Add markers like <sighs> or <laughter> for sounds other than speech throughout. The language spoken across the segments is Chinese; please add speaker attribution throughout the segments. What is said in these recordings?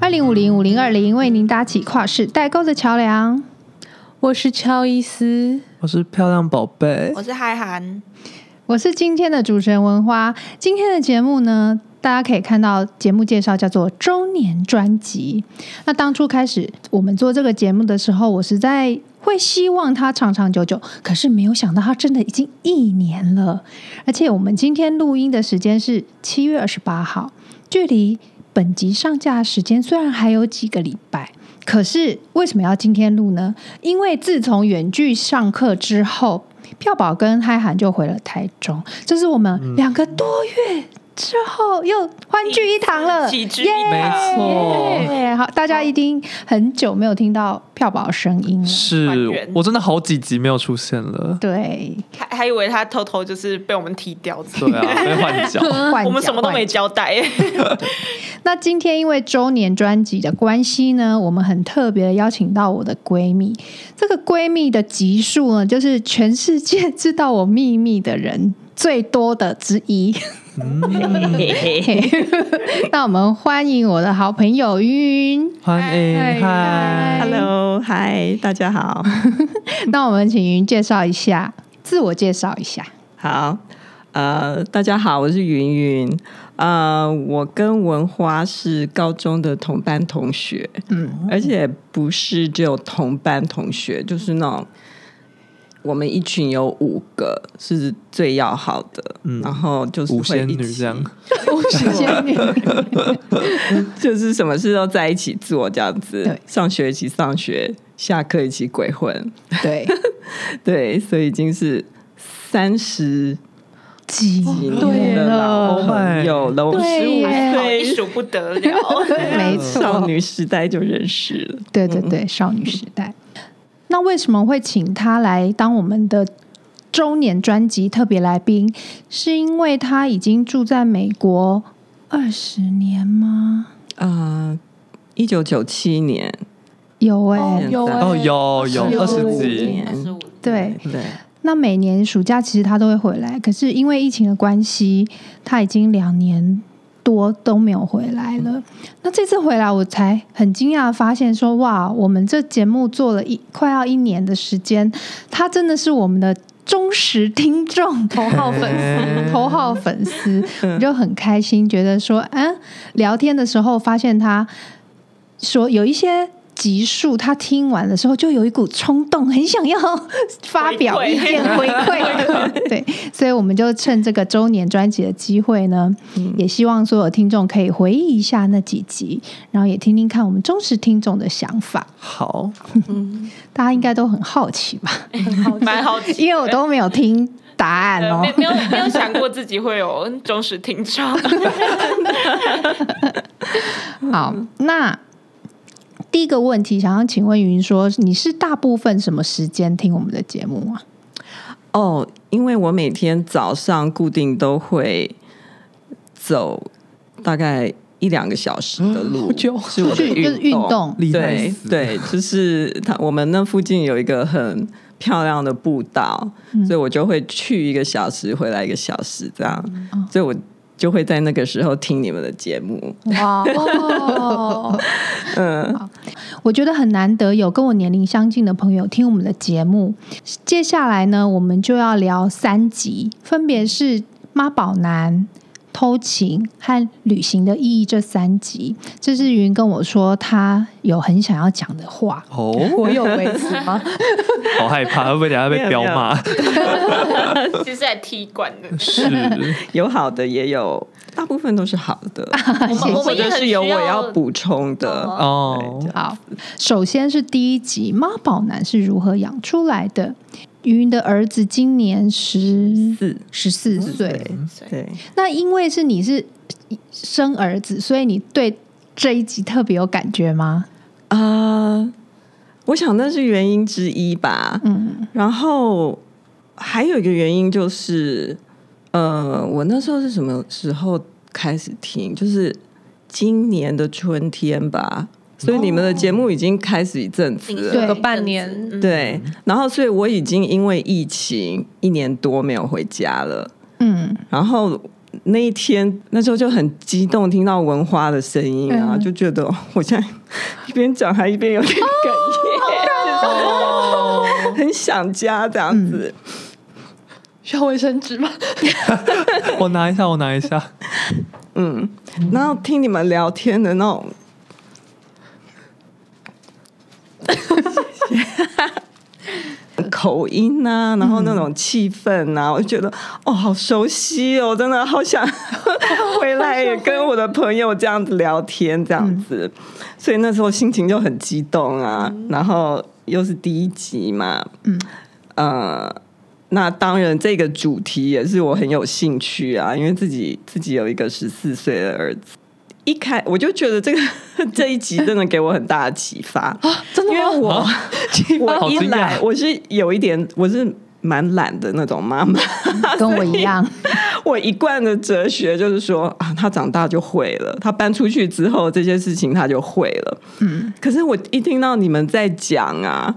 Speaker 1: 二零五零五零二零为您搭起跨世代沟的桥梁。
Speaker 2: 我是乔伊斯，
Speaker 3: 我是漂亮宝贝，
Speaker 4: 我是嗨韩，
Speaker 1: 我是今天的主持人文花。今天的节目呢，大家可以看到节目介绍叫做周年专辑。那当初开始我们做这个节目的时候，我实在会希望它长长久久，可是没有想到它真的已经一年了。而且我们今天录音的时间是七月二十八号，距离本集上架的时间虽然还有几个礼拜。可是为什么要今天录呢？因为自从远距上课之后，票宝跟嗨涵就回了台中，这是我们两个多月之后又欢聚一堂了，
Speaker 4: 喜剧
Speaker 1: 耶
Speaker 3: 没
Speaker 4: 哦
Speaker 3: 错，
Speaker 1: 耶好，大家一定很久没有听到票宝声音了，
Speaker 4: 还
Speaker 3: 是
Speaker 4: 原
Speaker 3: 我真的好几集没有出现了，
Speaker 1: 对，
Speaker 4: 还还以为他偷偷就是被我们踢掉，
Speaker 3: 对 <laughs> 啊，被换角，
Speaker 1: 换
Speaker 4: 嗯我们
Speaker 1: 角
Speaker 4: 什么都
Speaker 1: 换
Speaker 4: 没
Speaker 1: <laughs>
Speaker 4: 交代。
Speaker 1: 那今天因为周年专辑的关系呢，我们很特别的邀请到我的闺蜜。这个闺蜜的集数呢，就是全世界知道我秘密的人最多的之
Speaker 4: <laughs>
Speaker 1: 一。那我们欢迎我的好朋友云云。
Speaker 3: 欢迎
Speaker 1: 嗨
Speaker 3: 嗨，
Speaker 2: Hello，嗨，大家好，
Speaker 1: 那我们请云介绍一下，自我介绍一下。
Speaker 4: <laughs>
Speaker 2: 好，呃，大家好，我是云云，呃，我跟文花是高中的同班同学，嗯，而且不是只有同班同学，就是那种我们一群有五个是最要好的，然后就是
Speaker 3: 嗯五
Speaker 2: 会
Speaker 3: 仙
Speaker 2: 一
Speaker 3: 女
Speaker 2: 起
Speaker 3: 这样，
Speaker 1: 谢谢你。
Speaker 2: <laughs> 就是什么事都在一起做这样子
Speaker 1: 对，
Speaker 2: 上学一起上学，下课一起鬼混，
Speaker 1: 对，
Speaker 2: 对，所以已经是三十
Speaker 1: 几
Speaker 2: 几
Speaker 1: 哦对
Speaker 2: 年的老
Speaker 1: 了，
Speaker 2: 朋友了，我们
Speaker 1: 对
Speaker 2: 十五
Speaker 1: 耶
Speaker 4: 好一
Speaker 2: 岁
Speaker 4: 数不得
Speaker 1: <laughs>
Speaker 4: 了，
Speaker 1: 没错，
Speaker 2: 少女时代就认识了。
Speaker 1: 啊对对
Speaker 2: 嗯
Speaker 1: 对，少女时代。那为什么会请她来当我们的周年专辑特别来宾？是因为她已经住在美国二十年吗？
Speaker 2: 啊，一九九七年，
Speaker 1: 有哎、
Speaker 2: 哦有欸
Speaker 3: 哦，有有二十集，
Speaker 2: 年
Speaker 4: 25
Speaker 1: 对。
Speaker 2: 对，
Speaker 1: 那每年暑假其实她都会回来，可是因为疫情的关系，她已经两年多都没有回来了。那这次回来，我才很惊讶地发现说，哇，我们这节目做了一快要一年的时间，她真的是我们的忠实听众、头号粉丝、头号粉丝，我就很开心，觉得说，嗯，聊天的时候发现她说有一些。集数她听完的时候，就有一股冲动，很想要发表
Speaker 4: 回馈
Speaker 1: 意见回馈。对，所以我们就趁这个周年专辑的机会呢，也希望所有听众可以回忆一下那几集，然后也听听看我们忠实听众的想法。
Speaker 3: 好，
Speaker 1: 大家应该都很好奇吧？
Speaker 4: 蛮好奇的，
Speaker 1: <laughs> 因为我都没有听答案
Speaker 4: 呃
Speaker 1: 哦
Speaker 4: 没。没有没有想过自己会有忠实听众，
Speaker 1: <laughs> 好，那第一个问题，想要请问云说，你是大部分什么时间听我们的节目啊？
Speaker 2: 哦，因为我每天早上固定都会走大概一两个小时的
Speaker 4: 嗯
Speaker 2: 路，是我
Speaker 4: <laughs>
Speaker 2: 的
Speaker 1: 去就是运动
Speaker 3: 厉害
Speaker 2: 对
Speaker 3: 死
Speaker 2: 对，就是它我们那附近有一个很漂亮的步道，
Speaker 4: 嗯
Speaker 2: 所以我就会去一个小时，回来一个小时这样，
Speaker 4: 嗯
Speaker 2: 所以我就会在那个时候听你们的节目。
Speaker 1: 哇， <laughs> 哦，嗯，我觉得很难得有跟我年龄相近的朋友听我们的节目。接下来呢，我们就要聊三集，分别是妈宝男。偷情和旅行的意义这三集，这是云跟我说他有很想要讲的话，
Speaker 3: 哦，
Speaker 2: 我有维持吗？
Speaker 3: 好害怕，会不会等下被彪骂？
Speaker 4: 其实在踢馆的。
Speaker 3: 是，
Speaker 2: 有好的，也有，大部分都是好的，
Speaker 4: <laughs> 我们我
Speaker 2: 或
Speaker 4: 们也
Speaker 2: 者
Speaker 4: 很
Speaker 2: 是
Speaker 4: 需
Speaker 2: 有我要
Speaker 4: 要
Speaker 2: 补充的。
Speaker 3: 哦，
Speaker 1: 好，首先是第一集《妈宝男是如何养出来的》。云的儿子今年十
Speaker 2: 四
Speaker 1: 十四岁，
Speaker 2: 对，
Speaker 1: 那因为是你是生儿子，所以你对这一集特别有感觉吗？
Speaker 2: 啊、我想那是原因之一吧。
Speaker 1: 嗯，
Speaker 2: 然后还有一个原因就是，呃，我那时候是什么时候开始听？就是今年的春天吧。所以你们的节目已经开始一阵子了，
Speaker 1: 哦对
Speaker 5: 半年，
Speaker 4: 嗯
Speaker 2: 对。然后，所以我已经因为疫情一年多没有回家了。
Speaker 1: 嗯，
Speaker 2: 然后那一天那时候就很激动，听到文花的声音啊，
Speaker 1: 嗯
Speaker 2: 就觉得我现在一边讲还一边有点哽咽，就是 <laughs> 很想家这样子。
Speaker 5: 需要卫生纸吗？
Speaker 3: 我拿一下，我拿一下。
Speaker 2: 嗯，然后听你们聊天的那种， <laughs> 口音啊，然后那种
Speaker 5: 嗯
Speaker 2: 气氛啊，我就觉得哦，好熟悉哦，真的好
Speaker 5: <laughs>
Speaker 2: 想回来也跟我的朋友这样子聊天，这样子，
Speaker 5: 嗯
Speaker 2: 所以那时候心情就很激动啊，然后又是第一集嘛，嗯，呃。那当然，这个主题也是我很有兴趣啊，因为自己自己有一个十四岁的儿子。一开我就觉得这个 <laughs> 这一集真的给我很大的启发，
Speaker 5: 啊真的
Speaker 2: 因为
Speaker 5: 吗？ <laughs>
Speaker 2: 我
Speaker 3: 好
Speaker 2: 我一
Speaker 3: 惊讶
Speaker 2: 来我是有一点我是蛮懒的那种妈妈， <laughs>
Speaker 1: 跟我一样，
Speaker 2: 我一贯的哲学就是说啊，他长大就会了，他搬出去之后这些事情他就会了。嗯，可是我一听到你们在讲啊，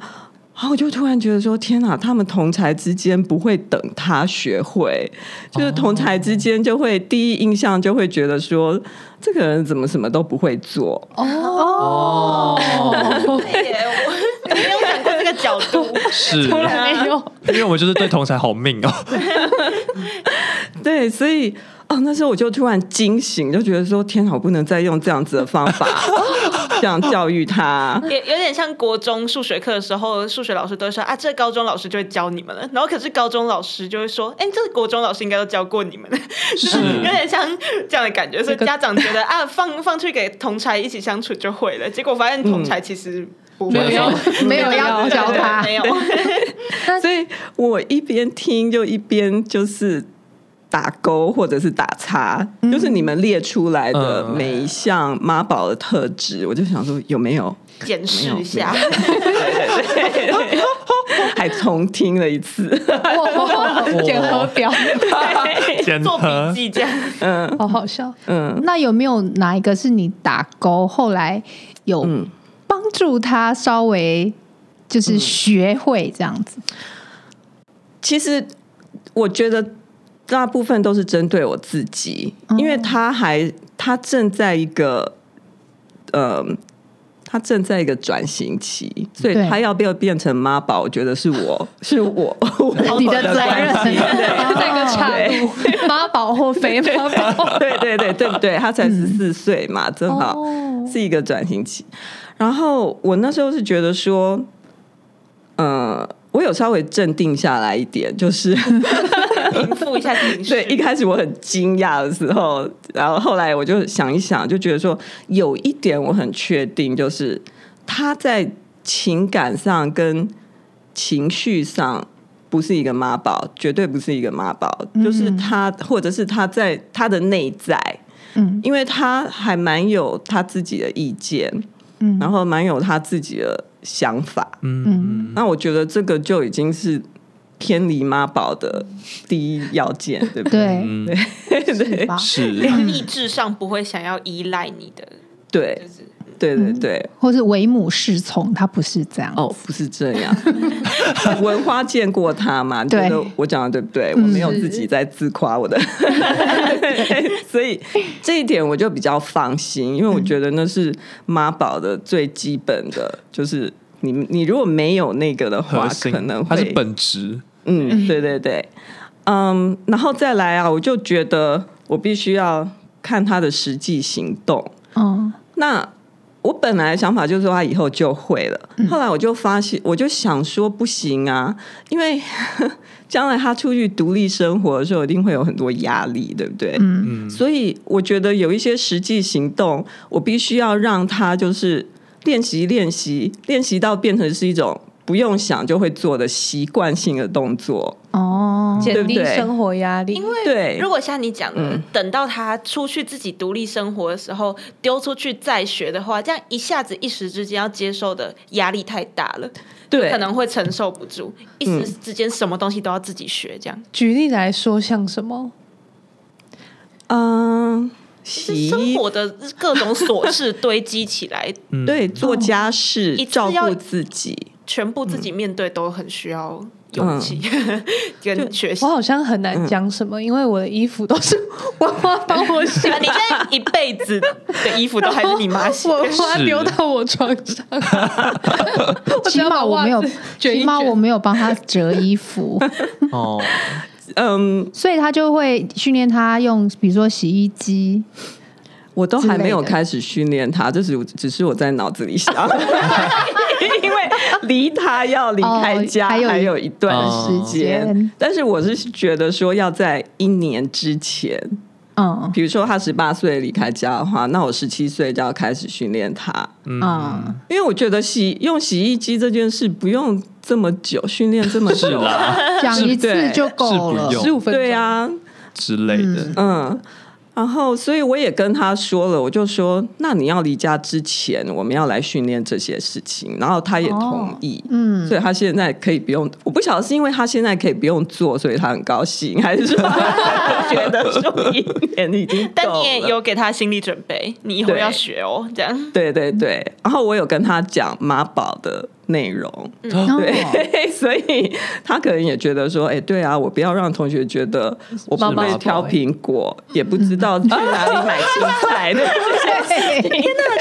Speaker 2: 啊，我就突然觉得说，天哪，他们同才之间不会等他学会，就是同才
Speaker 3: 哦
Speaker 2: 之间就会第一印象就会觉得说，这个人怎么什么都不会做，
Speaker 3: 哦，
Speaker 4: 对耶，哎我没有想过这个角度，
Speaker 3: 是，
Speaker 5: 从来没有。
Speaker 3: 因为我们就是对同才好命哦。
Speaker 2: <laughs> 对，所以哦，那时候我就突然惊醒，就觉得说，天哪，啊我不能再用这样子的方法 <laughs> 这样教育他。
Speaker 4: <laughs> 也有点像国中数学课的时候，数学老师都会说啊，这高中老师就会教你们了。然后可是高中老师就会说，哎、这国中老师应该都教过你们了，就是有点像这样的感觉。所以家长觉得啊，放放去给同才一起相处就会了。结果发现同才其实不会
Speaker 1: 嗯
Speaker 3: 没有
Speaker 1: 没有要教他
Speaker 4: 没有。
Speaker 2: 所以我一边听就一边就是打勾或者是打叉，就是你们列出来的
Speaker 3: 嗯
Speaker 2: 每一项妈宝的特质，我就想说有没有，
Speaker 4: <laughs> 检视一下，
Speaker 2: 还重听了一次。 <laughs>
Speaker 5: 哇，检核表，
Speaker 3: 检
Speaker 4: <laughs> 做
Speaker 3: 核
Speaker 4: 笔记这样。
Speaker 5: 好好笑。
Speaker 2: 嗯，
Speaker 1: 那有没有哪一个是你打勾后来有
Speaker 2: 嗯
Speaker 1: 帮助他稍微就是学会这样子？
Speaker 2: 其实我觉得大部分都是针对我自己，因为他还他正在一个呃。他正在一个转型期，所以
Speaker 1: 对
Speaker 2: 他要不要变成妈宝？我觉得是我，是我，我
Speaker 1: <laughs>
Speaker 3: 哦
Speaker 1: 你的责任
Speaker 2: 关系对
Speaker 5: 这个岔路，妈宝或肥妈宝，
Speaker 2: <laughs> 对对对对不对？他才十四岁嘛，正好
Speaker 5: 哦
Speaker 2: 是一个转型期。然后我那时候是觉得说，呃，我有稍微镇定下来一点，就是
Speaker 4: 平复一下情绪。
Speaker 2: <laughs> 对一开始我很惊讶的时候，然后后来我就想一想，就觉得说有一点我很确定，就是他在情感上跟情绪上不是一个妈宝，绝对不是一个妈宝，就是他或者是他在他的内在。
Speaker 1: 嗯
Speaker 2: 因为他还蛮有他自己的意见，
Speaker 1: 嗯
Speaker 2: 然后蛮有他自己的想法。
Speaker 3: 嗯，
Speaker 2: 那我觉得这个就已经是偏离妈宝的第一要件，对不对？
Speaker 1: 对，
Speaker 3: 嗯
Speaker 2: 对对
Speaker 1: 是吧？
Speaker 3: 是，
Speaker 4: 意志上不会想要依赖你的，
Speaker 2: 对
Speaker 4: 就是
Speaker 2: 对对对。
Speaker 1: 或是为母是从，他不是这样。
Speaker 2: 哦，不是这
Speaker 4: <laughs>
Speaker 2: 样。文花见过他嘛？你觉
Speaker 1: 对
Speaker 2: 得我讲的对不对？我没有自己在自夸
Speaker 4: <laughs>
Speaker 2: 我的，所以这一点我就比较放心，因为我觉得那是妈宝的最基本的，就是你你如果没有那个的话
Speaker 3: 核，心
Speaker 2: 可能
Speaker 3: 它
Speaker 2: 会
Speaker 3: 是本质。
Speaker 2: 嗯，对对对，嗯，然后再来啊，我就觉得我必须要看他的实际行动，
Speaker 1: 嗯，
Speaker 2: 那我本来想法就是说他以后就会了，后来我就发现，我就想说不行啊，因为 <laughs> 将来他出去独立生活的时候，一定会有很多压力，对不对？嗯嗯。所以我觉得有一些实际行动，我必须要让他就是练习练习练习到变成是一种不用想就会做的习惯性的动作。
Speaker 3: 嗯
Speaker 1: 哦，
Speaker 5: 减低
Speaker 2: 对不对
Speaker 5: 生活压力。
Speaker 4: 因为
Speaker 2: 对
Speaker 4: 如果像你讲的，
Speaker 2: 嗯
Speaker 4: 等到他出去自己独立生活的时候，丢出去再学的话，这样一下子一时之间要接受的压力太大了，
Speaker 2: 对，
Speaker 4: 可能会承受不住，一时
Speaker 2: 嗯
Speaker 4: 之间什么东西都要自己学，这样
Speaker 5: 举例来说，像什么？
Speaker 2: 嗯，
Speaker 4: 就是
Speaker 2: 洗
Speaker 4: 生
Speaker 2: 衣服
Speaker 4: 活的各种琐事堆积起来，
Speaker 3: 嗯
Speaker 2: 对做家事
Speaker 4: 一、次
Speaker 2: 照
Speaker 4: 要
Speaker 2: 顾自己。
Speaker 4: 全部自己面对都很需要勇气、 <laughs> 跟学习
Speaker 5: 我。好像很
Speaker 2: 嗯
Speaker 5: 难讲什么，因为我的衣服都是
Speaker 1: <laughs>
Speaker 5: 我妈帮我洗，
Speaker 4: 啊，， <laughs> 你现在一辈子的衣服都还是你妈
Speaker 1: <laughs>
Speaker 4: 洗
Speaker 5: 我妈
Speaker 3: 是
Speaker 5: 丢到我床上，我只
Speaker 1: 起
Speaker 5: 要
Speaker 1: 码
Speaker 5: 把
Speaker 1: 我
Speaker 5: 袜
Speaker 1: 没有
Speaker 5: 子，卷一
Speaker 1: 起码
Speaker 5: 卷
Speaker 1: 我没有帮他折衣
Speaker 5: <laughs>
Speaker 1: 服，
Speaker 3: 哦，
Speaker 2: 嗯，
Speaker 1: 所以他就会训练他用，比如说洗衣机，
Speaker 2: 我都还没有
Speaker 1: 之类的
Speaker 2: 开始训练他，这只只是我在脑子里想， <laughs> 因为离他要离开家、
Speaker 1: 哦还
Speaker 2: 还
Speaker 1: 有
Speaker 2: 有一段时间，
Speaker 1: 哦时间
Speaker 2: 但是我是觉得说要在一年之前，
Speaker 1: 嗯
Speaker 2: 比如说他十八岁离开家的话，那我十七岁就要开始训练他，
Speaker 1: 嗯，
Speaker 2: 因为我觉得洗用洗衣机这件事不用这么久，训练这么
Speaker 3: 是
Speaker 2: 久，
Speaker 3: 啦
Speaker 1: 讲一次就够
Speaker 3: 是
Speaker 1: 了
Speaker 3: 不。用
Speaker 5: 十五分钟，
Speaker 2: 对啊，
Speaker 3: 之类的，
Speaker 2: 嗯，然后所以我也跟他说了，我就说，那你要离家之前，我们要来训练这些事情，然后他也同意，
Speaker 1: 嗯
Speaker 2: 哦所以他现在可以不用，我不晓得是因为他现在可以不用做，所以他很高兴，还是 <laughs> 说他觉得说一年已经够了，
Speaker 4: 但你也有给他心理准备，你以后
Speaker 2: 对
Speaker 4: 要学哦，这样。
Speaker 2: 对对对，然后我有跟他讲妈宝的内容，
Speaker 1: 然后
Speaker 2: 对， <laughs> 所以他可能也觉得说，哎、对啊，我不要让同学觉得我不
Speaker 5: 妈妈
Speaker 2: 会
Speaker 5: 是
Speaker 2: 挑
Speaker 5: 宝哎
Speaker 2: 苹果，也不知道去哪里买青菜 <laughs> 的。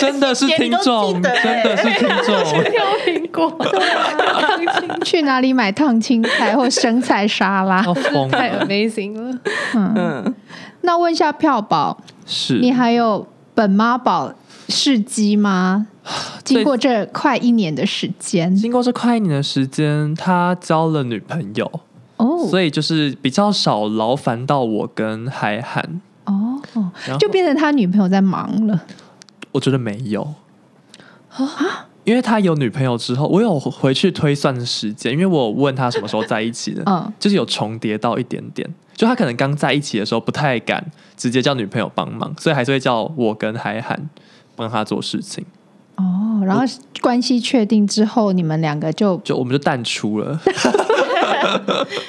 Speaker 3: 真的是听众，
Speaker 4: 你都记得
Speaker 3: 真的是听众，
Speaker 5: 挑苹果，钢琴
Speaker 1: <laughs> 去哪里买烫青菜或生菜沙拉？
Speaker 3: 要哦疯
Speaker 5: 哦太
Speaker 3: 了，
Speaker 5: amazing 了。
Speaker 2: 嗯，
Speaker 1: 那问一下票宝，
Speaker 3: 是
Speaker 1: 你还有本妈宝事迹吗？
Speaker 4: <sighs>
Speaker 1: 经过这快一年的时间
Speaker 3: 经过这快一年的时间，他交了女朋友，
Speaker 1: 哦
Speaker 3: 所以就是比较少劳烦到我跟海涵。
Speaker 1: 哦，
Speaker 3: 然后
Speaker 1: 就变成他女朋友在忙了。
Speaker 3: 我觉得没有因为他有女朋友之后，我有回去推算时间，因为我有问他什么时候在一起的，
Speaker 1: 嗯
Speaker 3: 就是有重叠到一点点。就他可能刚在一起的时候不太敢直接叫女朋友帮忙，所以还是会叫我跟海涵帮他做事情。
Speaker 1: 哦，然后关系确定之后，你们两个
Speaker 4: <laughs>
Speaker 1: 就
Speaker 3: 就我们就淡出了，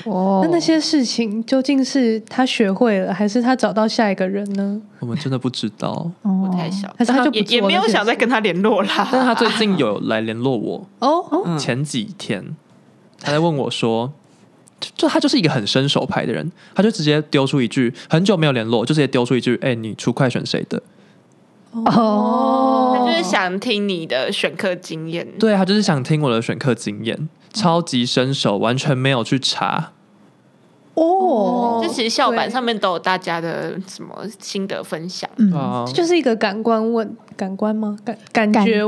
Speaker 1: 哦
Speaker 5: 那那些事情究竟是他学会了，还是他找到下一个人呢？
Speaker 3: 我们真的不知道。
Speaker 1: 不
Speaker 4: 不太小，
Speaker 5: 还是他就不
Speaker 4: 啊也也没有想再跟他联络啦。
Speaker 3: <laughs> 但他最近有来联络我，
Speaker 5: 哦，
Speaker 2: 嗯
Speaker 3: 前几天他在问我说， <laughs> 就就他就是一个很伸手牌的人，他就直接丢出一句很久没有联络，就直接丢出一句，哎、你出快选谁的？
Speaker 4: 他
Speaker 1: 哦
Speaker 4: 就是想听你的选课经验，
Speaker 3: 对他就是想听我的选课经验，超级伸手，完全没有去查。
Speaker 5: 哦
Speaker 4: 就嗯其实校板
Speaker 5: 对
Speaker 4: 上面都有大家的什么心得分享。
Speaker 1: 嗯，
Speaker 3: 啊，
Speaker 5: 就是一个感官问感官吗？感感觉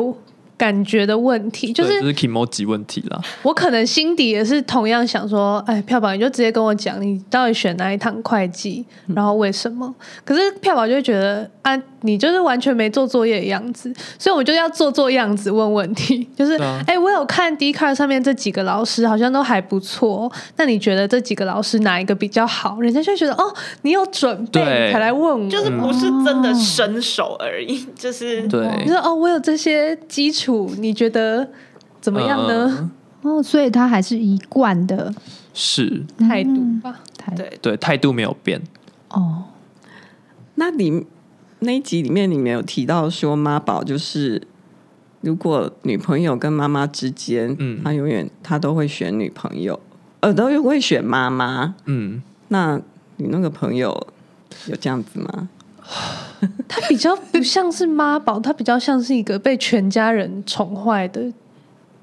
Speaker 5: 感觉的问题，就
Speaker 3: 对
Speaker 5: 是
Speaker 3: 就是 emoji 问题啦。
Speaker 5: 我可能心底也是同样想说，哎，票宝你就直接跟我讲，你到底选哪一堂会计，然后为什么？可是票宝就会觉得啊，你就是完全没做作业的样子，所以我就要做做样子 <laughs> 问问题，就是
Speaker 3: 对啊
Speaker 5: 哎、我有看 d 卡上面这几个老师好像都还不错，那你觉得这几个老师哪一个比较好？人家就会觉得哦，你有准
Speaker 3: 对
Speaker 5: 备
Speaker 3: 嗯
Speaker 5: 你才来问我，
Speaker 4: 就是不是真的伸手而已，就是
Speaker 3: 对，
Speaker 5: 你说哦，我有这些基础，你觉得怎么样呢？
Speaker 3: 嗯？
Speaker 1: 哦，所以他还是一贯的
Speaker 3: 是
Speaker 5: 态度吧，
Speaker 1: 态度
Speaker 4: 对
Speaker 3: 对，态度没有变。
Speaker 1: 哦，
Speaker 2: 那你那一集里面你没有提到说妈宝就是，如果女朋友跟妈妈之间，
Speaker 3: 嗯
Speaker 2: 嗯，他永远他都会选女朋友，呃，都会选妈妈。
Speaker 3: 嗯，
Speaker 2: 那你那个朋友有这样子吗？
Speaker 5: 他比较不像是妈宝，他比较像是一个被全家人宠坏的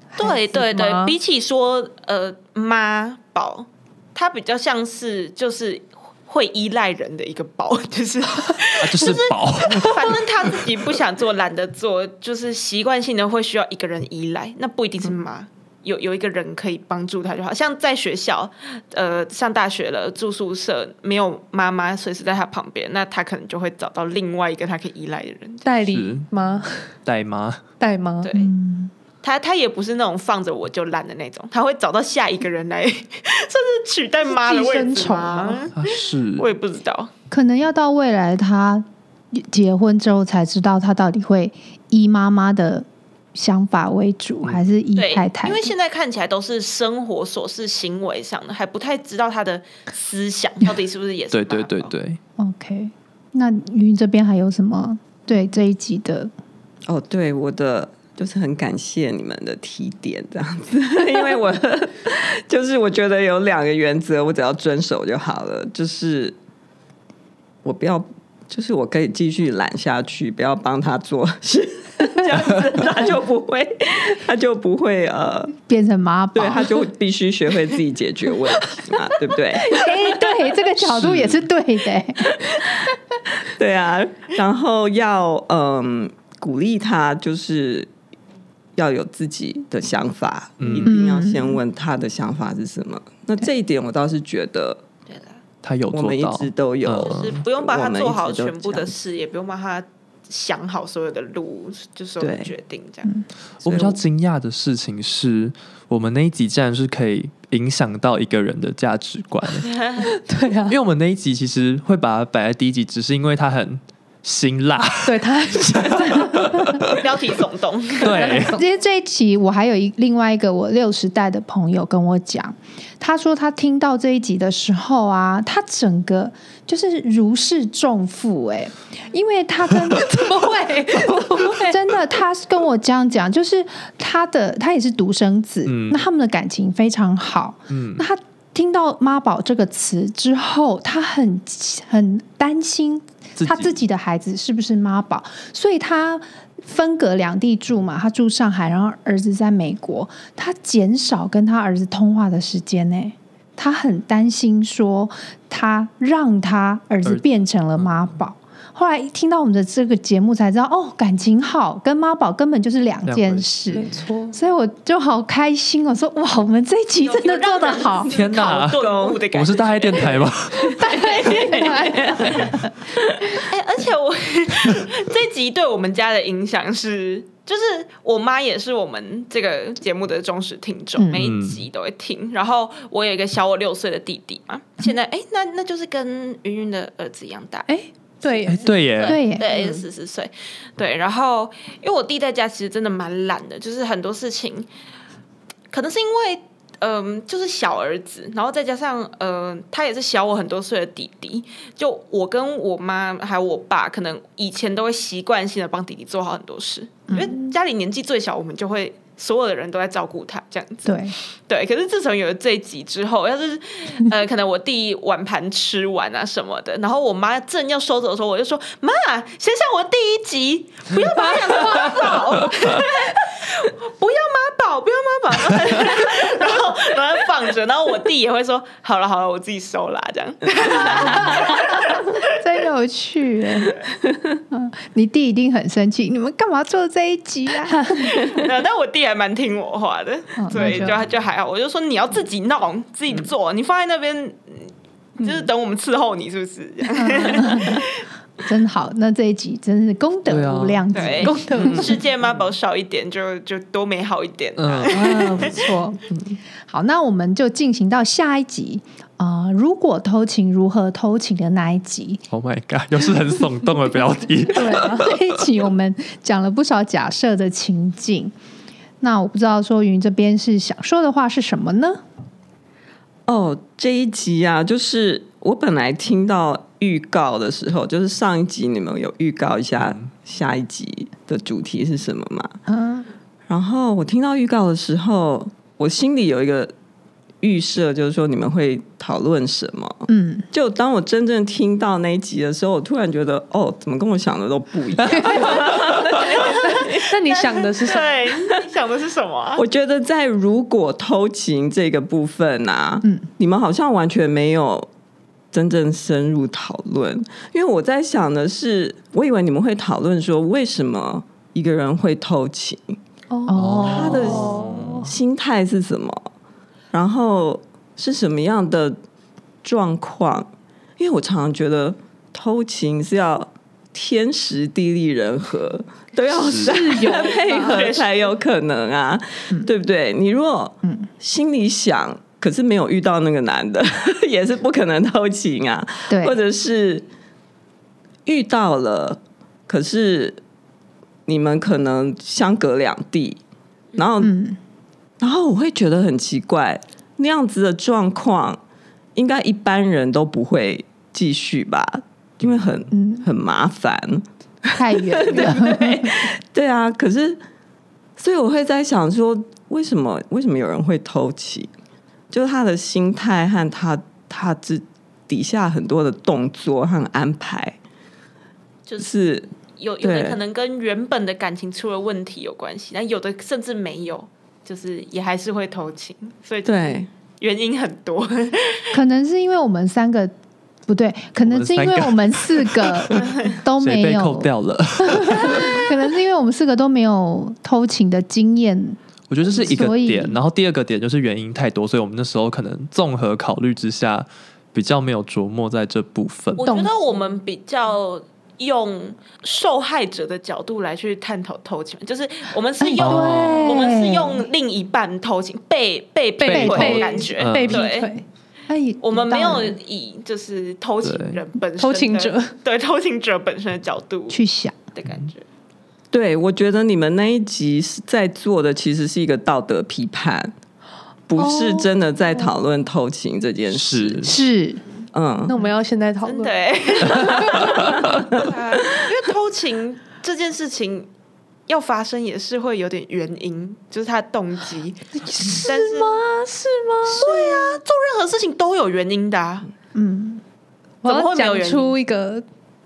Speaker 5: 孩
Speaker 4: 对
Speaker 5: 子
Speaker 4: 对对，
Speaker 5: 吗
Speaker 4: 比起说呃妈宝，他比较像是就是会依赖人的一个宝， <laughs> 就是
Speaker 3: 啊，就是宝， <laughs>
Speaker 4: 反正他自己 <laughs> 不想做，懒得做，就是习惯性的会需要一个人依赖，那不一定是
Speaker 5: 嗯
Speaker 4: 妈。有有一个人可以帮助他就好，像在学校，呃，上大学了住宿舍，没有妈妈随时在他旁边，那他可能就会找到另外一个他可以依赖的人。
Speaker 5: 代
Speaker 3: 是
Speaker 5: 理吗？
Speaker 3: 带妈。
Speaker 5: <laughs>
Speaker 3: 啊
Speaker 5: 代吗？
Speaker 4: 对，
Speaker 1: 嗯，
Speaker 4: 他他也不是那种放着我就烂的那种，他会找到下一个人来， <laughs> 甚至取代妈的位
Speaker 5: 是寄
Speaker 4: 置
Speaker 5: 生虫
Speaker 4: 吗
Speaker 5: 吗？
Speaker 3: 啊，是
Speaker 4: 我也不知道，
Speaker 1: 可能要到未来他结婚之后才知道他到底会依妈妈的想法为主，还是依
Speaker 4: 嗯对
Speaker 1: 嗯太太，？
Speaker 4: 因为现在看起来都是生活琐事、行为上的，还不太知道他的思想到底是不是也是
Speaker 3: 对
Speaker 4: 妈
Speaker 3: 对
Speaker 4: 宝
Speaker 3: 对，对，
Speaker 1: OK，那云这边还有什么对这一集的
Speaker 2: 哦，对，我的就是很感谢你们的提点，这样子，因为我就是我觉得有两个原则，我只要遵守就好了，就是我不要，就是我可以继续懒下去，不要帮他做事，这样子他就不会，他就不会呃，
Speaker 1: 变成妈宝
Speaker 2: 对，。他就必须学会自己解决问题嘛，对不
Speaker 1: <laughs>
Speaker 2: 对？
Speaker 1: 哎，对，这个角度也是对的、
Speaker 2: <laughs> 对啊，然后要嗯鼓励他，就是要有自己的想法，
Speaker 3: 嗯
Speaker 2: 一定要先问他的想法是什么。那这一点我倒是觉得
Speaker 3: 他有
Speaker 2: 我
Speaker 3: 做
Speaker 2: 们一
Speaker 3: 到
Speaker 2: 直，都有，
Speaker 3: 嗯
Speaker 4: 就是不用帮他
Speaker 2: 我们一
Speaker 4: 做好
Speaker 2: 直都
Speaker 4: 全部的
Speaker 2: 这样
Speaker 4: 事，也不用帮他想好所有的路，就所有的
Speaker 2: 对
Speaker 4: 决定这样。
Speaker 3: 我比较惊讶的事情是，我们那一集竟然是可以影响到一个人的价值
Speaker 1: <laughs>
Speaker 3: 观，
Speaker 5: 对啊 <laughs>
Speaker 3: 因，为我们那一集其实会把它摆在第一集，只是因为它很辛辣。
Speaker 1: <laughs>
Speaker 5: 对他
Speaker 1: 嗯
Speaker 4: <laughs> 标题耸动，
Speaker 3: 对，
Speaker 1: 其实这一期我还有一另外一个我六十代的朋友跟我讲，他说他听到这一集的时候啊，他整个就是如释重负哎、因为他跟 <laughs> 怎么会真的，他是跟我这样讲，就是他的他也是独生子，
Speaker 3: 嗯
Speaker 1: 那他们的感情非常好，
Speaker 3: 嗯
Speaker 1: 那他听到“妈宝”这个词之后，他很很担心
Speaker 3: 自己
Speaker 1: 他自己的孩子是不是妈宝，所以他分隔两地住嘛，他住上海，然后儿子在美国，他减少跟他儿子通话的时间呢。他很担心说，他让他儿子
Speaker 3: 儿
Speaker 1: 变成了妈宝。
Speaker 3: 嗯
Speaker 1: 后来一听到我们的这个节目才知道，哦，感情好跟妈宝根本就是两
Speaker 3: 两
Speaker 1: 件
Speaker 3: 回
Speaker 1: 事。
Speaker 5: 没错，
Speaker 1: 所以我就好开心哦，说哇，我们这一集 <laughs> 真的做得好，
Speaker 3: 天哪
Speaker 4: 哪，顿悟的
Speaker 3: 我
Speaker 4: 感
Speaker 3: 们
Speaker 4: 觉
Speaker 3: 是。大爱电
Speaker 1: <laughs>
Speaker 3: 台吗？
Speaker 4: 哎、而且我 <laughs> 这集对我们家的影响是，就是我妈也是我们这个节目的忠实听众，
Speaker 1: 嗯
Speaker 4: 每一集都会听。然后我有一个小我六岁的弟弟嘛，现在哎、那那就是跟云云的儿子一样大，
Speaker 5: 哎，对耶
Speaker 3: 哎， <laughs> 对耶，
Speaker 1: 对耶，
Speaker 4: 对，十四岁，对。然后因为我弟在家其实真的蛮懒的，就是很多事情，可能是因为。嗯，就是小儿子，然后再加上呃，他也是小我很多岁的弟弟。就我跟我妈还有我爸，可能以前都会习惯性的帮弟弟做好很多事，因为家里年纪最小，我们就会所有的人都在照顾他这样子。
Speaker 1: 对，
Speaker 4: 对，可是自从有了这一集之后，要是呃，可能我弟碗盘吃完啊什么的，然后我妈正要收走的时候，我就说：“妈，想想我第一集，不要把他养成妈宝， <laughs> 不要妈宝，不要妈宝。” <laughs> 然后然后放着，然后我弟也会说：“好了好了，我自己收啦。”这样， <laughs>
Speaker 1: 真有趣耶。嗯，你弟一定很生气，你们干嘛做这一集啊？ <laughs>
Speaker 4: 呃但我弟还蛮听我话的
Speaker 1: 哦，
Speaker 4: 所以
Speaker 1: 那
Speaker 4: 就
Speaker 1: 就好
Speaker 4: 就还好。我就说你要自己弄，自己做，你放在那边，嗯就是等我们伺候你，是不是？这样
Speaker 1: 真好，那这一集真是功
Speaker 3: 对
Speaker 1: 德
Speaker 3: 啊
Speaker 1: 无量之
Speaker 4: 对
Speaker 1: 功德无量。
Speaker 4: 世界妈宝少一点，就就多美好一点。
Speaker 3: 嗯，
Speaker 1: 啊，不错。好，那我们就进行到下一集啊、呃如果偷情如何偷情的那一集。
Speaker 3: <laughs> Oh my god，又是很耸动的标题。
Speaker 1: 对、啊，这一集我们讲了不少假设的情境。那我不知道说云这边是想说的话是什么呢？
Speaker 2: 哦，这一集啊，就是我本来听到预告的时候，就是上一集你们有预告一下下一集的主题是什么嘛？
Speaker 1: 嗯，
Speaker 2: 然后我听到预告的时候，我心里有一个预设，就是说你们会讨论什么。
Speaker 1: 嗯，
Speaker 2: 就当我真正听到那一集的时候，我突然觉得，哦，怎么跟我想的都不一样？
Speaker 5: 那你想的是
Speaker 4: <laughs>
Speaker 5: 什么？
Speaker 4: 对，你想的是什么啊？
Speaker 2: 我觉得在如果偷情这个部分啊，
Speaker 1: 嗯
Speaker 2: 你们好像完全没有真正深入讨论。因为我在想的是，我以为你们会讨论说为什么一个人会偷情，
Speaker 1: 哦，
Speaker 2: 他的心态是什么，然后是什么样的状况。因为我常常觉得偷情是要天时地利人和都要 <laughs> 是有配合才有可能嗯啊，对不对？你如果心里想，可是没有遇到那个男的， <laughs> 也是不可能偷情啊。
Speaker 1: 对
Speaker 2: 或，者是遇到了，可是你们可能相隔两地，然后、
Speaker 1: 嗯，
Speaker 2: 然后我会觉得很奇怪，那样子的状况，应该一般人都不会继续吧，因为很、
Speaker 1: 嗯
Speaker 2: 很麻烦。
Speaker 1: 太远了，
Speaker 2: 对啊，可是所以我会在想说，为什么为什么有人会偷情？就是他的心态和他他之底下很多的动作和安排，
Speaker 4: 就是
Speaker 2: 是
Speaker 4: 有有的
Speaker 2: 对
Speaker 4: 可能跟原本的感情出了问题有关系，但有的甚至没有，就是也还是会偷情，所以
Speaker 2: 对
Speaker 4: 原因很多。
Speaker 1: 可能是因为我们三个不对，可能是因为我
Speaker 3: 我
Speaker 1: 们四个 <laughs> 都
Speaker 3: 谁
Speaker 1: 没
Speaker 3: 被
Speaker 1: 有
Speaker 3: 扣，掉了？ <laughs>
Speaker 1: 可能是因为我们四个都没有偷情的经验。
Speaker 3: 我觉得这是一个
Speaker 1: 所以
Speaker 3: 点，然后第二个点就是原因太多，所以我们那时候可能综合考虑之下，比较没有琢磨在这部分。
Speaker 4: 我觉得我们比较用受害者的角度来去探讨偷情，就是我们是用、
Speaker 1: 对
Speaker 4: 哎啊我们是用另一半偷情被被
Speaker 5: 被
Speaker 3: 被
Speaker 4: 被的
Speaker 5: 被
Speaker 4: 感觉，
Speaker 3: 嗯
Speaker 5: 被劈
Speaker 4: 对
Speaker 5: 腿，
Speaker 1: 哎，
Speaker 4: 我们没有
Speaker 1: 当然
Speaker 4: 以就是偷情
Speaker 3: 对
Speaker 4: 人本身的
Speaker 5: 偷情者
Speaker 4: 对偷情者本身的角度
Speaker 1: 去想，
Speaker 4: 的感觉，
Speaker 2: 对，我觉得你们那一集是在做的其实是一个道德批判，不是真的在讨论偷情这件事。
Speaker 3: 是
Speaker 1: 是
Speaker 2: 嗯，
Speaker 5: 那我们要现在讨
Speaker 4: 真
Speaker 5: 论
Speaker 4: 的、欸，对啊 <laughs> 因为偷情这件事情。要发生也是会有点原因，就是他的动机，但是
Speaker 5: 啊？是吗？
Speaker 4: 对啊，做任何事情都有原因的、啊，
Speaker 1: 嗯，
Speaker 5: 我
Speaker 4: 怎么
Speaker 5: 要
Speaker 4: 会没有
Speaker 5: 讲
Speaker 4: 原因
Speaker 5: 出一个